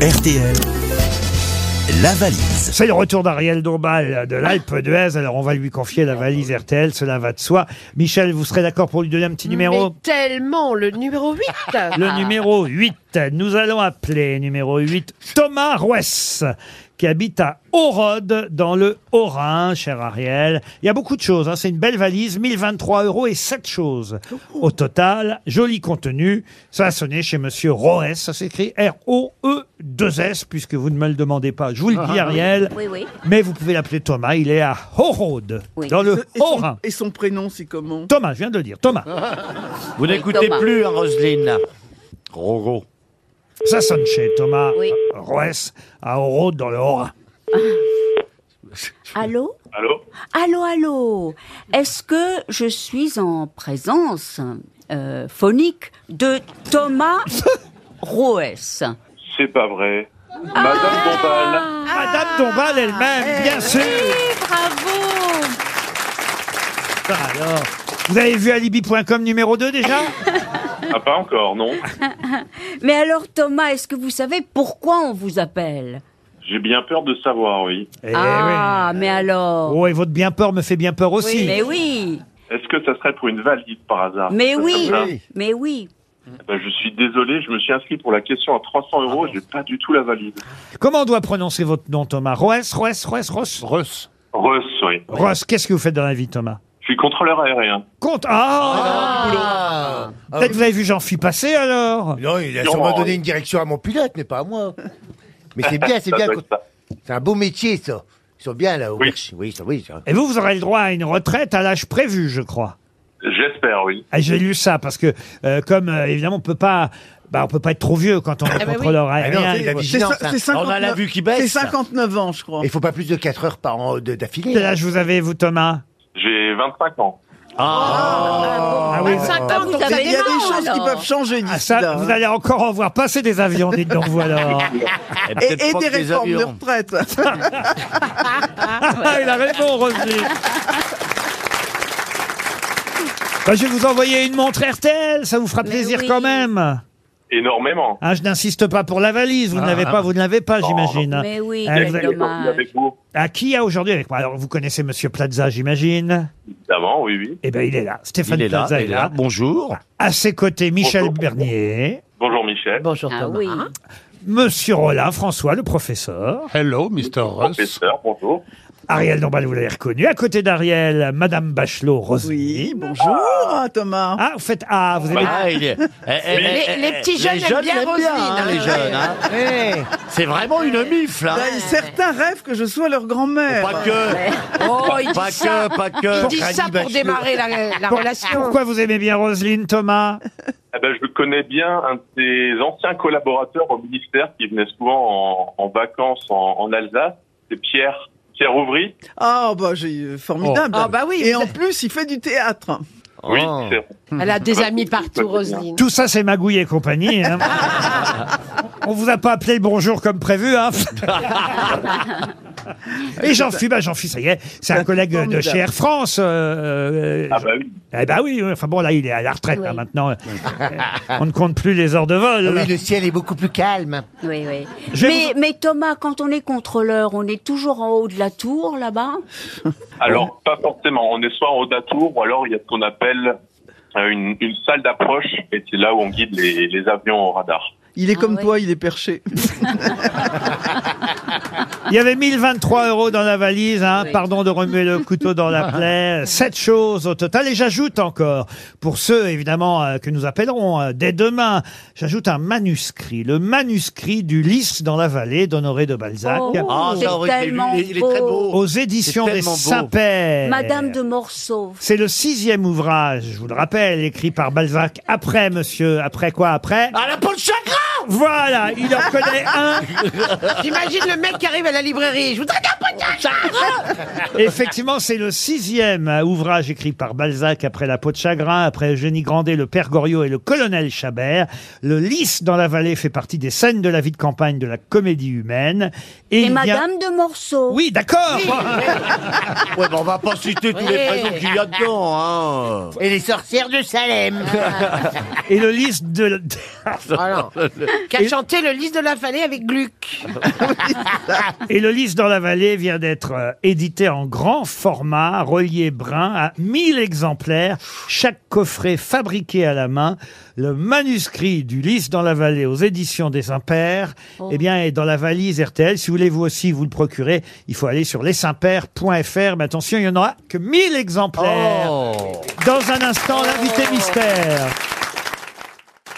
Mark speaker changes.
Speaker 1: RTL, la valise.
Speaker 2: C'est le retour d'Ariel Dombal de l'Alpe d'Huez. Alors, on va lui confier la valise RTL. Cela va de soi. Michel, vous serez d'accord pour lui donner un petit numéro
Speaker 3: Mais tellement le numéro 8
Speaker 2: Le numéro 8. Nous allons appeler numéro 8 Thomas Rouess, qui habite à Orode, dans le Haut-Rhin, cher Ariel. Il y a beaucoup de choses. hein. C'est une belle valise. 1023 euros et 7 choses. Au total, joli contenu. Ça a sonné chez monsieur Roes. Ça s'écrit R-O-E-2-S, puisque vous ne me le demandez pas. Je vous le dis, Ariel.
Speaker 4: Ah. Oui, oui.
Speaker 2: Mais vous pouvez l'appeler Thomas, il est à Horode,
Speaker 4: Oui.
Speaker 2: dans le
Speaker 5: Et son,
Speaker 2: Haut-Rhin.
Speaker 5: et son prénom, c'est comment
Speaker 2: Thomas, je viens de le dire, Thomas.
Speaker 6: Vous n'écoutez
Speaker 4: Thomas.
Speaker 6: plus, hein, Roselyne Roro.
Speaker 2: Ça sonne chez Thomas
Speaker 4: Oui.
Speaker 2: Roes à Horode, dans le Haut-Rhin.
Speaker 4: Allô Allô Allô, allô Est-ce que je suis en présence euh, phonique de Thomas Roes
Speaker 7: C'est pas vrai. Madame
Speaker 4: Ah
Speaker 7: Bombal,
Speaker 2: Madame Dombal elle-même, bien sûr.
Speaker 4: Bravo
Speaker 2: Ah, Alors, vous avez vu alibi.com numéro 2 déjà
Speaker 7: ah, pas encore, non
Speaker 4: Mais alors Thomas, est-ce que vous savez pourquoi on vous appelle
Speaker 7: J'ai bien peur de savoir, oui.
Speaker 2: Eh
Speaker 4: Ah,
Speaker 2: oui.
Speaker 4: mais alors
Speaker 2: Oh, et votre bien peur me fait bien peur aussi.
Speaker 4: Oui, mais oui
Speaker 7: Est-ce que ça serait pour une valise par hasard
Speaker 4: Mais
Speaker 7: Comme
Speaker 4: Ah, oui
Speaker 7: ça eh
Speaker 4: Mais oui
Speaker 7: Ben, Je suis désolé, je me suis inscrit pour la question à 300 euros, j'ai pas du tout la valise.
Speaker 2: Comment on doit prononcer votre nom, Thomas Roes, Roes, Roes, Roes.
Speaker 6: Russ.
Speaker 7: Russ, oui.
Speaker 2: Roes, qu'est-ce que vous faites dans la vie, Thomas
Speaker 7: Je suis contrôleur aérien.
Speaker 2: Compte. Ah, Peut-être vous avez vu j'en suis passer alors
Speaker 8: Non, il a
Speaker 7: Non,
Speaker 8: sûrement
Speaker 7: non,
Speaker 8: donné
Speaker 7: oui.
Speaker 8: une direction à mon pilote, mais pas à moi. Mais c'est bien, c'est
Speaker 7: Ça
Speaker 8: bien.
Speaker 7: doit être ça.
Speaker 8: C'est un beau métier, ça. Ils sont bien, là, au
Speaker 7: Oui.
Speaker 8: Berchy. Oui, ça, oui,
Speaker 5: Ah,
Speaker 8: ça.
Speaker 2: Et vous, vous aurez le droit à une retraite à l'âge prévu, je crois.
Speaker 7: J'espère, oui.
Speaker 2: Ah, J'ai lu ça parce que, euh, comme euh, évidemment, on peut pas, bah, on peut pas être trop vieux quand on est
Speaker 3: oui.
Speaker 2: contrôleur
Speaker 8: Ah non,
Speaker 2: aérien.
Speaker 8: c'est la
Speaker 5: C'est
Speaker 8: vigilance.
Speaker 5: ça-
Speaker 8: hein.
Speaker 5: c'est
Speaker 6: On a la
Speaker 5: 59
Speaker 6: vue qui baisse.
Speaker 5: c'est 59 ans, je crois.
Speaker 8: Il faut pas plus de 4 heures par an de- d'affilée. hein.
Speaker 2: Quel âge vous avez, vous, Thomas
Speaker 7: J'ai 25 ans.
Speaker 2: Ah oui.
Speaker 3: 5 ans,
Speaker 4: vous
Speaker 3: vous
Speaker 4: avez
Speaker 3: avez
Speaker 5: Il y a des
Speaker 4: des marrons,
Speaker 5: choses qui
Speaker 4: alors.
Speaker 5: peuvent changer
Speaker 2: Ah,
Speaker 5: d'ici
Speaker 2: ça,
Speaker 5: là.
Speaker 2: vous allez encore en voir passer des avions, dites donc, vous alors.
Speaker 6: Et
Speaker 5: Et,
Speaker 6: peut-être
Speaker 5: et
Speaker 6: pas
Speaker 5: des
Speaker 6: que les
Speaker 5: réformes de
Speaker 6: avions.
Speaker 5: retraite.
Speaker 2: Ah, il a raison, Roselyne. Bah, je vais vous envoyer une montre RTL, ça vous fera
Speaker 4: Mais
Speaker 2: plaisir
Speaker 4: oui.
Speaker 2: quand même.
Speaker 7: Énormément.
Speaker 2: Hein, je n'insiste pas pour la valise, vous
Speaker 6: Ah.
Speaker 2: ne l'avez pas, vous ne l'avez
Speaker 6: Oh.
Speaker 2: pas, j'imagine.
Speaker 4: Mais oui,
Speaker 2: Ah,
Speaker 4: quel
Speaker 2: vous avez-
Speaker 4: dommage
Speaker 7: avec vous
Speaker 2: À qui y a aujourd'hui avec moi Alors, vous connaissez Monsieur Plaza, j'imagine.
Speaker 7: Évidemment, oui, oui.
Speaker 2: Eh ben, il est là. Stéphane
Speaker 6: Il est là,
Speaker 2: Plaza
Speaker 6: il est là. Bonjour.
Speaker 2: À ses côtés, Michel
Speaker 7: Bonjour.
Speaker 2: Bernier,
Speaker 7: Bonjour Michel,
Speaker 6: Bonjour,
Speaker 4: Ah oui
Speaker 2: Monsieur Rollin, François, le professeur,
Speaker 9: Hello, Mr. Russ.
Speaker 7: professeur, bonjour.
Speaker 2: Ariel Dombal, vous l'avez reconnu. À côté d'Ariel, Madame Bachelot,
Speaker 5: Oui,
Speaker 2: Roselyne.
Speaker 5: bonjour Thomas.
Speaker 2: Ah, vous faites Ah, vous avez.
Speaker 6: Ah, il est... eh, eh,
Speaker 3: Les-
Speaker 6: eh,
Speaker 3: les
Speaker 6: eh,
Speaker 3: petits jeunes aiment bien
Speaker 6: l'aiment
Speaker 3: Roselyne,
Speaker 6: hein,
Speaker 3: hein.
Speaker 6: les jeunes. hein.
Speaker 8: Eh,
Speaker 6: C'est vraiment une mifle.
Speaker 3: Bah,
Speaker 6: hein.
Speaker 5: Là, Bah, Certains rêvent que je sois leur grand-mère.
Speaker 6: Pas que,
Speaker 3: Oh, il
Speaker 6: pas
Speaker 3: dit ça
Speaker 6: que, pas que.
Speaker 3: Il dit ça pour
Speaker 6: Rani Bachelot.
Speaker 3: démarrer la, la
Speaker 2: Pour-
Speaker 3: relation
Speaker 2: Pourquoi vous aimez bien Roselyne, Thomas
Speaker 7: Eh ben, je connais bien un de ses anciens collaborateurs au ministère qui venait souvent en, en vacances en, en Alsace, c'est Pierre. Pierre Ouvry
Speaker 5: Ah bah j'ai formidable.
Speaker 3: Oh. Ah, bah oui,
Speaker 5: Et
Speaker 3: vous
Speaker 5: en
Speaker 3: êtes-
Speaker 5: plus, il fait du théâtre.
Speaker 7: Oui,
Speaker 6: Oh.
Speaker 7: c'est
Speaker 3: Elle a des amis partout,
Speaker 7: Tout
Speaker 3: Roselyne.
Speaker 2: Tout ça, c'est Magouille et compagnie. hein. On vous a pas appelé le bonjour comme prévu, hein Et j'en suis, bah j'en suis, ça y est, c'est un collègue de chez Air France. euh, euh,
Speaker 7: Ah bah oui.
Speaker 2: Eh ben oui, oui, enfin bon, là, il est à la retraite
Speaker 4: Oui.
Speaker 2: hein, maintenant. On ne compte plus les heures de
Speaker 8: ah
Speaker 2: vol.
Speaker 8: oui, le ciel est beaucoup plus calme.
Speaker 4: Oui, oui.
Speaker 2: Je vais
Speaker 4: Mais, mais Thomas, quand on est contrôleur, on est toujours en haut de la tour là-bas
Speaker 7: Alors, pas forcément. On est soit en haut d'un tour, ou alors il y a ce qu'on appelle euh, une, une salle d'approche, et c'est là où on guide les, les avions au radar.
Speaker 5: Il est
Speaker 4: Ah
Speaker 5: comme
Speaker 4: ouais.
Speaker 5: toi, il est perché.
Speaker 2: Il y avait 1023 euros dans la valise, hein.
Speaker 4: Oui.
Speaker 2: pardon de remuer le couteau dans la plaie. Sept choses au total. Et j'ajoute encore, pour ceux évidemment euh, que nous appellerons euh, dès demain, j'ajoute un manuscrit, le manuscrit du Lys dans la vallée d'Honoré de Balzac,
Speaker 6: Ah,
Speaker 4: C'est
Speaker 6: ça, oui, c'est lui,
Speaker 4: tellement
Speaker 6: il est- il est très
Speaker 4: beau.
Speaker 6: beau.
Speaker 2: aux éditions
Speaker 6: C'est
Speaker 2: des
Speaker 6: tellement beau.
Speaker 2: Saint-Pères.
Speaker 4: Madame de Morceau.
Speaker 2: C'est le sixième ouvrage, je vous le rappelle, écrit par Balzac après, monsieur, après quoi, après
Speaker 6: Ah, la peau de chagrin
Speaker 2: Voilà, il en connaît un.
Speaker 3: J'imagine le mec qui arrive à la librairie. Je voudrais bien prendre
Speaker 2: Effectivement, c'est le sixième euh, ouvrage écrit par Balzac après La peau de chagrin, après Eugénie Grandet, Le Père Goriot et le Colonel Chabert. Le Lys dans la vallée fait partie des scènes de la vie de campagne de la comédie humaine.
Speaker 4: Et,
Speaker 2: il y a-
Speaker 4: Madame de Morceau.
Speaker 2: Oui, d'accord
Speaker 6: Ouais, bah, on va pas citer tous les prénoms qu'il y a dedans, hein.
Speaker 8: Et les sorcières de Salem.
Speaker 2: Et le Lys de...
Speaker 3: Qu'a chanté le lys de la vallée avec Gluck.
Speaker 2: Et le Lys dans la vallée vient d'être euh, édité en grand format, relié brun à 1000 exemplaires, chaque coffret fabriqué à la main. Le manuscrit du Lys dans la vallée aux éditions des Impairs, eh bien, est dans la valise RTL. Si vous voulez vous aussi vous le procurer, il faut aller sur lesimpairs.fr. Mais
Speaker 6: Oh.
Speaker 2: attention, il n'y en aura que 1000 exemplaires. Dans un instant, l'invité mystère.